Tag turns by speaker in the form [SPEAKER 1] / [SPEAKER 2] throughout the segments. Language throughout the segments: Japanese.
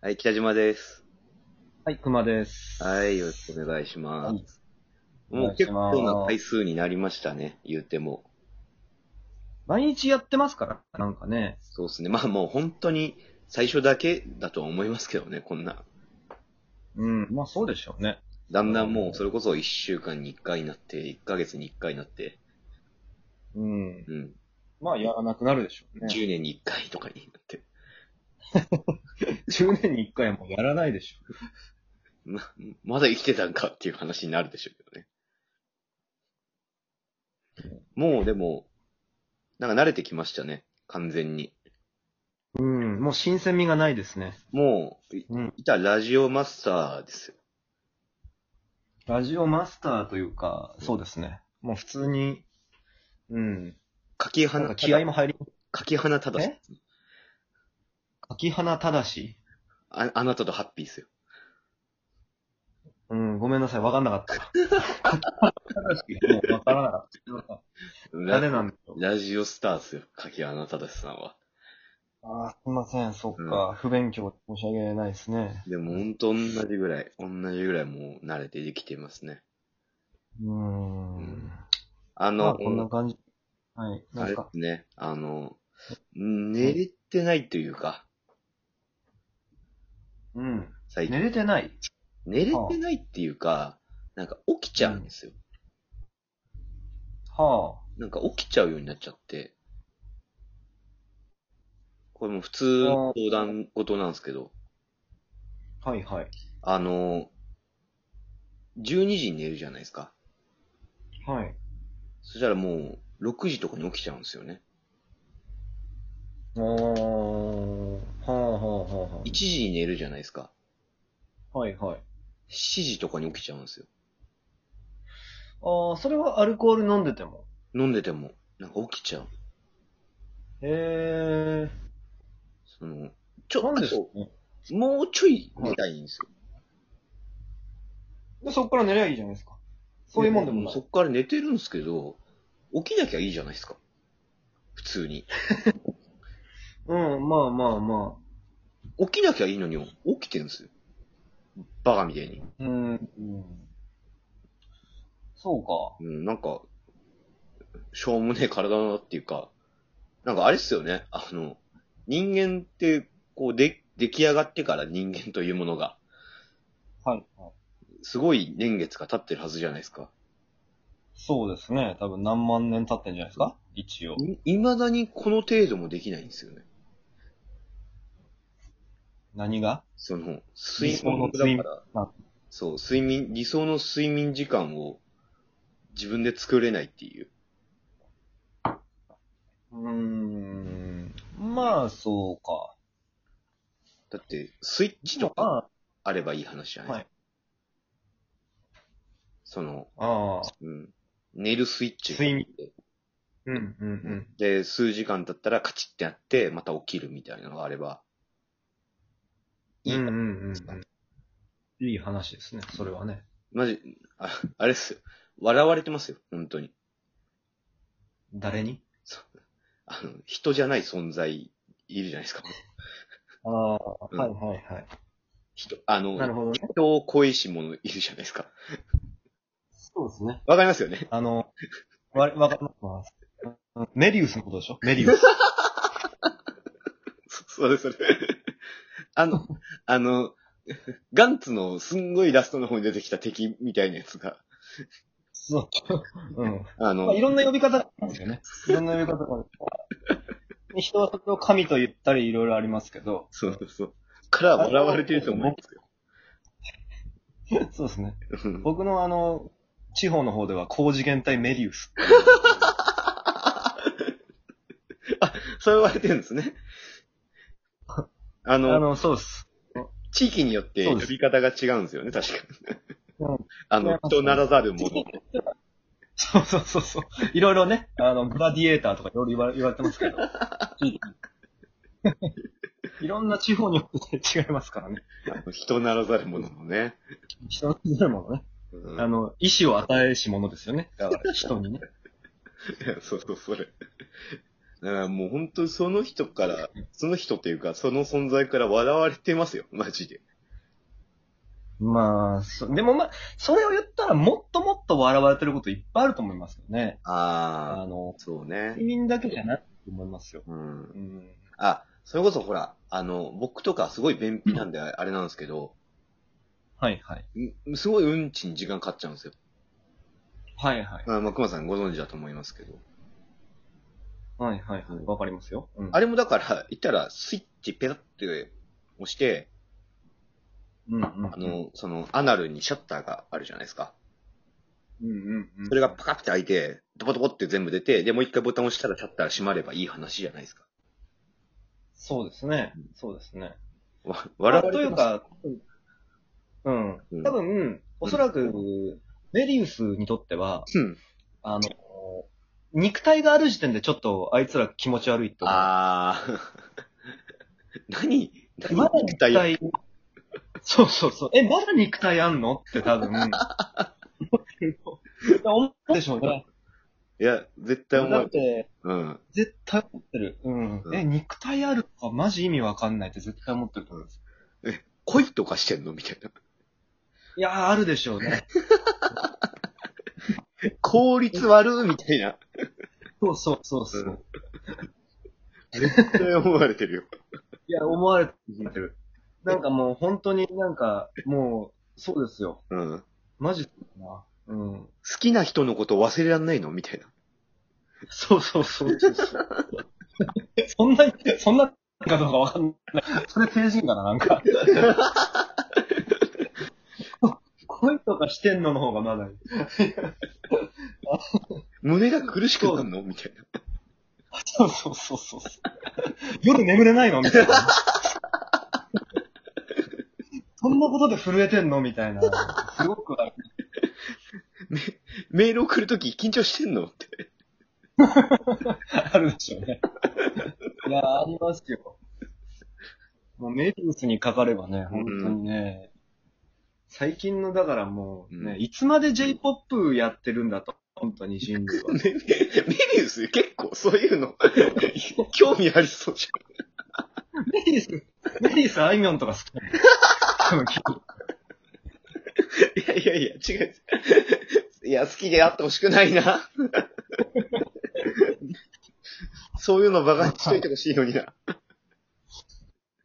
[SPEAKER 1] はい、北島です。
[SPEAKER 2] はい、熊です。
[SPEAKER 1] はい、よろしくお願いします。
[SPEAKER 2] はい
[SPEAKER 1] もう結構
[SPEAKER 2] お願いしま
[SPEAKER 1] な
[SPEAKER 2] す
[SPEAKER 1] 回数になりましたね、言うても。
[SPEAKER 2] 毎日やってますから、なんかね。
[SPEAKER 1] そうですね。まあもう本当に最初だけだとは思いますけどね、こんな。
[SPEAKER 2] うん、まあそうでしょうね。
[SPEAKER 1] だんだんもうそれこそ1週間に1回になって、1ヶ月に1回になって、
[SPEAKER 2] うん。
[SPEAKER 1] うん、
[SPEAKER 2] まあやらなくなるでしょうね。
[SPEAKER 1] 10年に1回とかになって。
[SPEAKER 2] 10年に1回はもうやらないでしょ
[SPEAKER 1] ま、まだ生きてたんかっていう話になるでしょうけどね。もうでも、なんか慣れてきましたね、完全に。
[SPEAKER 2] う。うん、もう新鮮味がないですね。
[SPEAKER 1] もう、い
[SPEAKER 2] うん。
[SPEAKER 1] いたラジオマスターですよ。
[SPEAKER 2] ラジオマスターというか、そうですね。もう普通に、うん。
[SPEAKER 1] 柿
[SPEAKER 2] なん
[SPEAKER 1] 花
[SPEAKER 2] か気合も入り、
[SPEAKER 1] 柿花ただし
[SPEAKER 2] え。柿花ただし。
[SPEAKER 1] あ、あなたとハッピーですよ。
[SPEAKER 2] うん、ごめんなさい、わかんなか った。柿花ただし、もうわからなかった。誰
[SPEAKER 1] ラ
[SPEAKER 2] なんでしょう。
[SPEAKER 1] ラジオスターですよ。柿花ただしさんは。
[SPEAKER 2] ああ、すいません、そっか。不勉強、申し訳ないですね。
[SPEAKER 1] でもほんと同じぐらい、同じぐらいもう慣れてできてますね。
[SPEAKER 2] うー
[SPEAKER 1] うん
[SPEAKER 2] ん。
[SPEAKER 1] あ
[SPEAKER 2] まあ、
[SPEAKER 1] の、
[SPEAKER 2] こんな感じ。はい。
[SPEAKER 1] あ
[SPEAKER 2] な
[SPEAKER 1] れ
[SPEAKER 2] ん
[SPEAKER 1] で
[SPEAKER 2] か、
[SPEAKER 1] すね、あの、寝れてないというか、
[SPEAKER 2] うん。
[SPEAKER 1] 最近
[SPEAKER 2] 寝。れてない。
[SPEAKER 1] 寝れてないっていうか、なんか起きちゃうんですよ。
[SPEAKER 2] は
[SPEAKER 1] なんか起きちゃうようになっちゃって。これもう普通の相談事なんですけど、
[SPEAKER 2] あ。はいはい。
[SPEAKER 1] あの、12時に寝るじゃないですか。
[SPEAKER 2] はい。
[SPEAKER 1] そしたらもう、6時とかに起きちゃうんですよね。
[SPEAKER 2] おー。はあはあは
[SPEAKER 1] 1時に寝るじゃないですか。
[SPEAKER 2] あ。はいはい。
[SPEAKER 1] 7時とかに起きちゃうんですよ。
[SPEAKER 2] ああ、それはアルコール飲んでても。
[SPEAKER 1] 飲んでても、なんか起きちゃう。
[SPEAKER 2] へえ。
[SPEAKER 1] その、ちょ
[SPEAKER 2] なんで
[SPEAKER 1] っ
[SPEAKER 2] しょ
[SPEAKER 1] と、
[SPEAKER 2] うね。
[SPEAKER 1] もうちょい寝たいんですよ。
[SPEAKER 2] で、そこから寝りゃいいじゃないですか。そういうもんでもな
[SPEAKER 1] そ
[SPEAKER 2] い。
[SPEAKER 1] っから寝てるんですけど、起きなきゃいいじゃないですか。普通に。
[SPEAKER 2] うん、まあまあまあ。
[SPEAKER 1] 起きなきゃいいのに、起きてるんですよ。バカみたいに。
[SPEAKER 2] うん。うんそうか。
[SPEAKER 1] うん、なんか、しょうもねえ体だなっていうか、なんかあれっすよね、あの、人間って、こう、で、出来上がってから人間というものが、
[SPEAKER 2] はいはい。
[SPEAKER 1] すごい年月が経ってるはずじゃないですか。
[SPEAKER 2] そうですね。多分何万年経ってんじゃないですか一応。
[SPEAKER 1] い、未だにこの程度もできないんですよね。
[SPEAKER 2] 何が
[SPEAKER 1] その、睡
[SPEAKER 2] 理想の
[SPEAKER 1] 眠
[SPEAKER 2] 睡眠
[SPEAKER 1] だか
[SPEAKER 2] あ
[SPEAKER 1] ら、そう、睡眠、理想の睡眠時間を自分で作れないっていう。
[SPEAKER 2] うーん。まあ、そうか。
[SPEAKER 1] だって、スイッチとか
[SPEAKER 2] ま
[SPEAKER 1] あればいい話じゃないですか。
[SPEAKER 2] はい
[SPEAKER 1] その、
[SPEAKER 2] あ、ああ。
[SPEAKER 1] うん。寝るスイッチが
[SPEAKER 2] 睡眠うん、うん、
[SPEAKER 1] で、数時間経ったらカチッってなって、また起きるみたいなのがあれば。
[SPEAKER 2] うん。
[SPEAKER 1] いい
[SPEAKER 2] うん、うん、うん。いい話ですね、それはね。
[SPEAKER 1] マジ、ああれっすよ。笑われてますよ、本当に。
[SPEAKER 2] 誰に
[SPEAKER 1] そうあの、人じゃない存在、いるじゃないですか。
[SPEAKER 2] ああ、はい
[SPEAKER 1] うん
[SPEAKER 2] はいはい。
[SPEAKER 1] 人、あ
[SPEAKER 2] な
[SPEAKER 1] の、
[SPEAKER 2] るほどね。
[SPEAKER 1] 人を恋しい者いるじゃないですか。
[SPEAKER 2] そうですね。
[SPEAKER 1] わかりますよね。
[SPEAKER 2] あの、わ、わかります。うんメリウスのことでしょメリウ ス。
[SPEAKER 1] そそれそれ。 あの、あの、ガンツのすんごいラストの方に出てきた敵みたいなやつが、
[SPEAKER 2] そう。うん。
[SPEAKER 1] あの、
[SPEAKER 2] まあ、いろんな呼び方があるんですよね。いろんな呼び方がある。人はそれを神と言ったりいろいろありますけど。
[SPEAKER 1] そうそうそう。から笑われてると思うんですよ。
[SPEAKER 2] そうですね。
[SPEAKER 1] うん
[SPEAKER 2] 僕のあの、地方の方では高次元体メリウス。
[SPEAKER 1] そう言われてるんですね。あの、
[SPEAKER 2] あの、そうです。
[SPEAKER 1] 地域によって
[SPEAKER 2] そう
[SPEAKER 1] 呼
[SPEAKER 2] です
[SPEAKER 1] び方が違うんですよね、確かに。
[SPEAKER 2] うん
[SPEAKER 1] あの、人ならざるもの。
[SPEAKER 2] そうそうそうそう。いろいろね、あの、グラディエーターとかいろいろ言われ言われてますけど。 いろんな地方によって違いますからね。
[SPEAKER 1] 人ならざるもののね。
[SPEAKER 2] 人になるものね。
[SPEAKER 1] うん
[SPEAKER 2] あの、意志を与えしものですよね。だから人にね。
[SPEAKER 1] そうそう、それ。だからもう本当その人から、その人というか、その存在から笑われてますよ、マジで。
[SPEAKER 2] まあ、そでもまあ、それを言ったらもっともっと笑われてることいっぱいあると思いますよね。あ
[SPEAKER 1] ああ、
[SPEAKER 2] の、
[SPEAKER 1] そうね
[SPEAKER 2] 移。民だけじゃないと思いますよ。
[SPEAKER 1] うん。
[SPEAKER 2] うん。
[SPEAKER 1] あ、それこそほら、あの、僕とかすごい便秘なんであれなんですけど、
[SPEAKER 2] はいはい。
[SPEAKER 1] んすごいうんちに時間かかっちゃうんですよ。
[SPEAKER 2] はいはい。
[SPEAKER 1] まあ、まあ、熊さんご存知だと思いますけど。
[SPEAKER 2] はいはいはい。わかりますよ。うん。
[SPEAKER 1] あれもだから、言ったらスイッチペタって押して、
[SPEAKER 2] うんうん。
[SPEAKER 1] あ、の、その、アナルにシャッターがあるじゃないですか。
[SPEAKER 2] うんうんうん。
[SPEAKER 1] それがパカって開いて、ドボドボって全部出て、で、もう一回ボタン押したらシャッター閉まればいい話じゃないですか。
[SPEAKER 2] そうですね。そうですね。
[SPEAKER 1] わ笑われ
[SPEAKER 2] とい
[SPEAKER 1] て
[SPEAKER 2] う
[SPEAKER 1] ます
[SPEAKER 2] か、うん。
[SPEAKER 1] うん
[SPEAKER 2] 多分、おそらく、メリウスにとっては、
[SPEAKER 1] うん。
[SPEAKER 2] あの、肉体がある時点でちょっとあいつら気持ち悪いと思う。
[SPEAKER 1] あー。 何何
[SPEAKER 2] まだ
[SPEAKER 1] 肉
[SPEAKER 2] 肉体、そうそうそう。え、まだ肉体あんのって多分。思うでしょうね。
[SPEAKER 1] いや、絶対思
[SPEAKER 2] だ
[SPEAKER 1] う
[SPEAKER 2] っ。て、
[SPEAKER 1] うん。
[SPEAKER 2] 絶対思ってる。うん。
[SPEAKER 1] うん
[SPEAKER 2] え、肉体あるとかマジ意味わかんないって絶対思ってると思います。
[SPEAKER 1] 恋とかしてんのみたいな。
[SPEAKER 2] いやー、あるでしょうね。
[SPEAKER 1] 効率悪みたいな。
[SPEAKER 2] そうそうそうそう。
[SPEAKER 1] うん絶対思われてるよ。
[SPEAKER 2] いや、思われてる。なんかもう本当になんか、もう、そうですよ。
[SPEAKER 1] うん。好
[SPEAKER 2] マジだな。うん。
[SPEAKER 1] きな人のこと忘れらんないのみたいな。
[SPEAKER 2] そうそうそうそうそう。 そんなに、そんなかどうかわかんない。それ成人かな、なんか。恋とかしてんのの方がまだ。
[SPEAKER 1] 胸が苦しくなるのみたいな。
[SPEAKER 2] そうそうそうそう。 夜眠れないのみたいな。 そんなことで震えてんのみたいな。すごくある。
[SPEAKER 1] メール送るとき緊張してんのって。
[SPEAKER 2] あるでしょうね。いや、ありますよ。もうメビウスにかかればね、本当にね、最近のだからもうね、
[SPEAKER 1] うん
[SPEAKER 2] いつまで J-POP やってるんだと、本当に人類は。
[SPEAKER 1] メ メビウス結構そういう の興味ありそうじ
[SPEAKER 2] メビウス、メビウスあいみょんとか好き なの
[SPEAKER 1] ゃん。いやいやいや、違う。 いや、好きであってほしくない な。そういうのバカにしといてほしいのにな。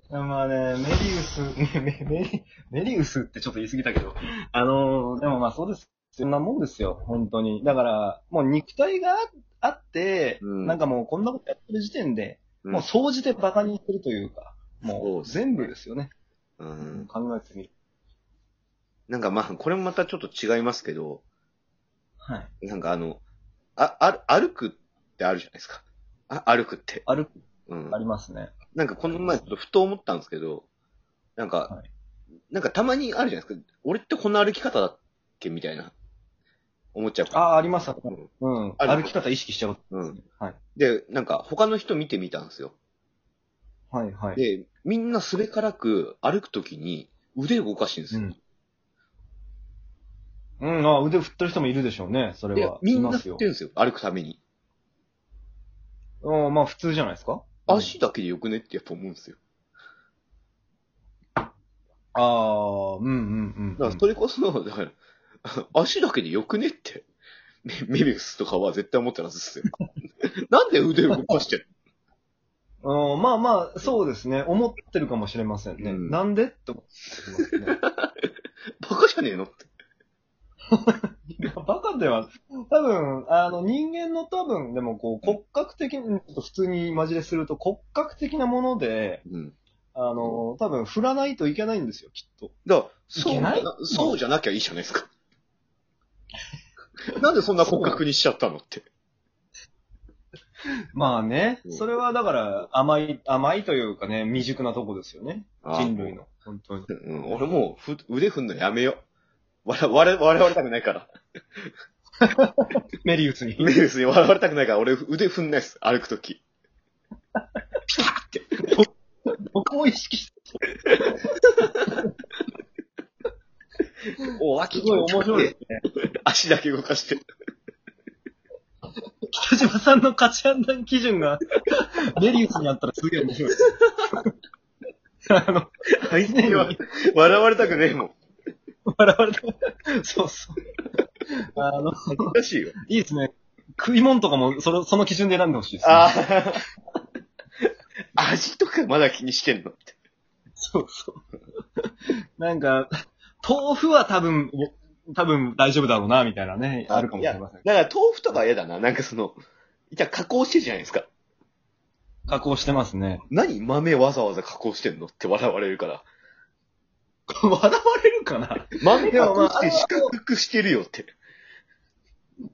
[SPEAKER 2] まあね、メビウス、 メメメメリウスってちょっと言い過ぎたけど、あのーでもまあそうです。そんなもんですよ、本当に。だから、もう肉体があって、
[SPEAKER 1] うん
[SPEAKER 2] なんかもうこんなことやってる時点で、もう
[SPEAKER 1] う
[SPEAKER 2] 総じてバカにするというか、もう
[SPEAKER 1] そう
[SPEAKER 2] 全部ですよね。
[SPEAKER 1] ん、
[SPEAKER 2] 考えてみる。
[SPEAKER 1] なんかまあ、これもまたちょっと違いますけど、
[SPEAKER 2] はい。
[SPEAKER 1] なんかあの、あ、ある、歩くってあるじゃないですか。あ、歩くって。
[SPEAKER 2] 歩く、
[SPEAKER 1] うん
[SPEAKER 2] あ。りますね。
[SPEAKER 1] なんかこの前ちょっとふと思ったんですけど、なんか、
[SPEAKER 2] はい
[SPEAKER 1] なんかたまにあるじゃないですか。俺ってこの歩き方だっけみたいな。思っちゃうから。
[SPEAKER 2] ああ、あります。
[SPEAKER 1] うん
[SPEAKER 2] うん。
[SPEAKER 1] ある
[SPEAKER 2] 歩き方意識しちゃう。
[SPEAKER 1] うん。
[SPEAKER 2] はい。
[SPEAKER 1] で、なんか他の人見てみたんですよ。
[SPEAKER 2] はい、はい。
[SPEAKER 1] で、みんなすべからく歩くときに腕動かしてるんです
[SPEAKER 2] う
[SPEAKER 1] よ。
[SPEAKER 2] ん。うん、あ腕振ってる人もいるでしょうね、それ
[SPEAKER 1] で
[SPEAKER 2] は。、
[SPEAKER 1] み
[SPEAKER 2] い
[SPEAKER 1] ん
[SPEAKER 2] ま
[SPEAKER 1] な
[SPEAKER 2] す
[SPEAKER 1] 振っ
[SPEAKER 2] よ
[SPEAKER 1] て。るんですよ。歩くために。
[SPEAKER 2] うん、まあ普通じゃないですか。
[SPEAKER 1] 足だけでよくねってやっぱ思うんですよ。
[SPEAKER 2] ああ、うん、うん、うん。
[SPEAKER 1] だからそれこそ、だから、 足だけでよくねって。メメビウスとかは絶対思ってるはず ですよ。なんで腕動かしてる
[SPEAKER 2] うん、まあまあ、そうですね。思ってるかもしれませんね。
[SPEAKER 1] うん
[SPEAKER 2] なんでって思ってます ね。
[SPEAKER 1] バカじゃねえのって。
[SPEAKER 2] いやバカでは、多分、あの、人間の多分、でもこう、骨格的に、普通にマジですると骨格的なもので、
[SPEAKER 1] うん。
[SPEAKER 2] あの、多分振らないといけないんですよ、きっと。
[SPEAKER 1] だから、そう
[SPEAKER 2] いけない
[SPEAKER 1] なそうじゃなきゃいいじゃないですか。 なんでそんな骨格にしちゃったのって。
[SPEAKER 2] まあね
[SPEAKER 1] う、ん
[SPEAKER 2] それはだから甘い、甘いというかね、未熟なとこですよね。人類
[SPEAKER 1] の。
[SPEAKER 2] の。本当に。
[SPEAKER 1] うん、俺もうふ腕振んのやめよう。笑、笑、笑われたくないから。
[SPEAKER 2] メリウスに。
[SPEAKER 1] メルスに笑われたくないから、俺腕振んないです。歩くとき。
[SPEAKER 2] 僕も意識して、
[SPEAKER 1] お、脇
[SPEAKER 2] すごい面白いですね。
[SPEAKER 1] 足だけ動かして。
[SPEAKER 2] 北島田さんの価値判断基準が、メリウスにあったらすげえ面白い。あの、相手に笑
[SPEAKER 1] 笑われたくねえもん。
[SPEAKER 2] われた。そうそう。あの、
[SPEAKER 1] らしいよ。
[SPEAKER 2] いいですね。食い物とかも、その、その基準で選んでほしいです、ね。
[SPEAKER 1] あ あ。味とかまだ気にしてんのって。
[SPEAKER 2] そうそう。なんか、豆腐は多分、多分大丈夫だろうな、みたいなね、あるかもしれません。
[SPEAKER 1] だから豆腐とかは嫌だな。なんかその、一応加工してるじゃないですか。
[SPEAKER 2] 加工してますね。
[SPEAKER 1] 何豆わざわざ加工してんのって笑われるから。
[SPEAKER 2] 笑われるかな
[SPEAKER 1] 豆
[SPEAKER 2] で
[SPEAKER 1] 加
[SPEAKER 2] もま
[SPEAKER 1] 工
[SPEAKER 2] あ
[SPEAKER 1] して四角くしてるよって。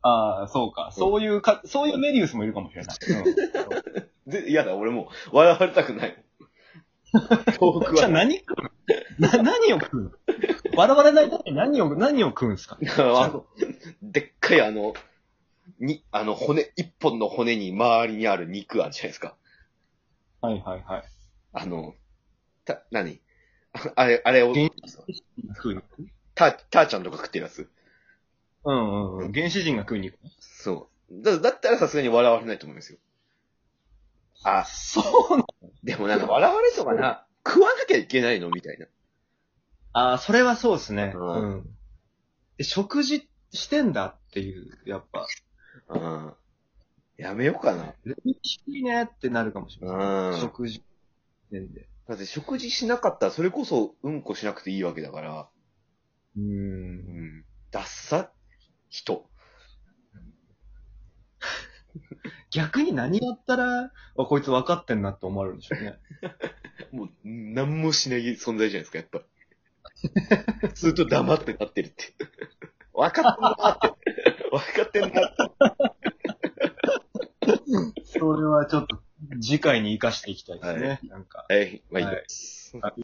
[SPEAKER 2] ああ、そうか。そういうか、そういうメリウスもいるかもしれない。うん
[SPEAKER 1] で、嫌だ、俺もう笑われたくないもん。 豆腐
[SPEAKER 2] じゃあ
[SPEAKER 1] は。
[SPEAKER 2] 何食うな何 を食うの笑われないために何を、何を食うんですか
[SPEAKER 1] あのでっかいあの、に、あの骨、一本の骨に周りにある肉あるじゃないですか。
[SPEAKER 2] はいはいはい。
[SPEAKER 1] あの、た、何 ああれ、あれを、
[SPEAKER 2] 原食う肉
[SPEAKER 1] た、たーちゃんとか食ってるやつ。
[SPEAKER 2] うんうんうん。原始人が食う肉。
[SPEAKER 1] そう。だ、だったらさすがに笑われないと思いますよ。あ、
[SPEAKER 2] そうな
[SPEAKER 1] でもなんか笑われそうかな。食わなきゃいけないのみたいな。
[SPEAKER 2] ああ、それはそうですね。
[SPEAKER 1] うん
[SPEAKER 2] うん。え食事してんだっていう、やっぱ。
[SPEAKER 1] うん。やめようかな。
[SPEAKER 2] レベル低いねってなるかもしれない。
[SPEAKER 1] うん。
[SPEAKER 2] 食事してんで。
[SPEAKER 1] だって食事しなかったらそれこそうんこしなくていいわけだから。う
[SPEAKER 2] う。
[SPEAKER 1] んん。ダッサ、人。
[SPEAKER 2] 逆に何やったら、あこいつ分かってんなって思われるんでしょう ね。
[SPEAKER 1] もう、何もしない存在じゃないですか、やっ ぱ。ずっと黙って立ってるって。 分かってんなって。分かってんなって。
[SPEAKER 2] それはちょっと、次回に活かしていきたいですね。
[SPEAKER 1] は
[SPEAKER 2] なんか。
[SPEAKER 1] はい、まあいい
[SPEAKER 2] はい
[SPEAKER 1] です。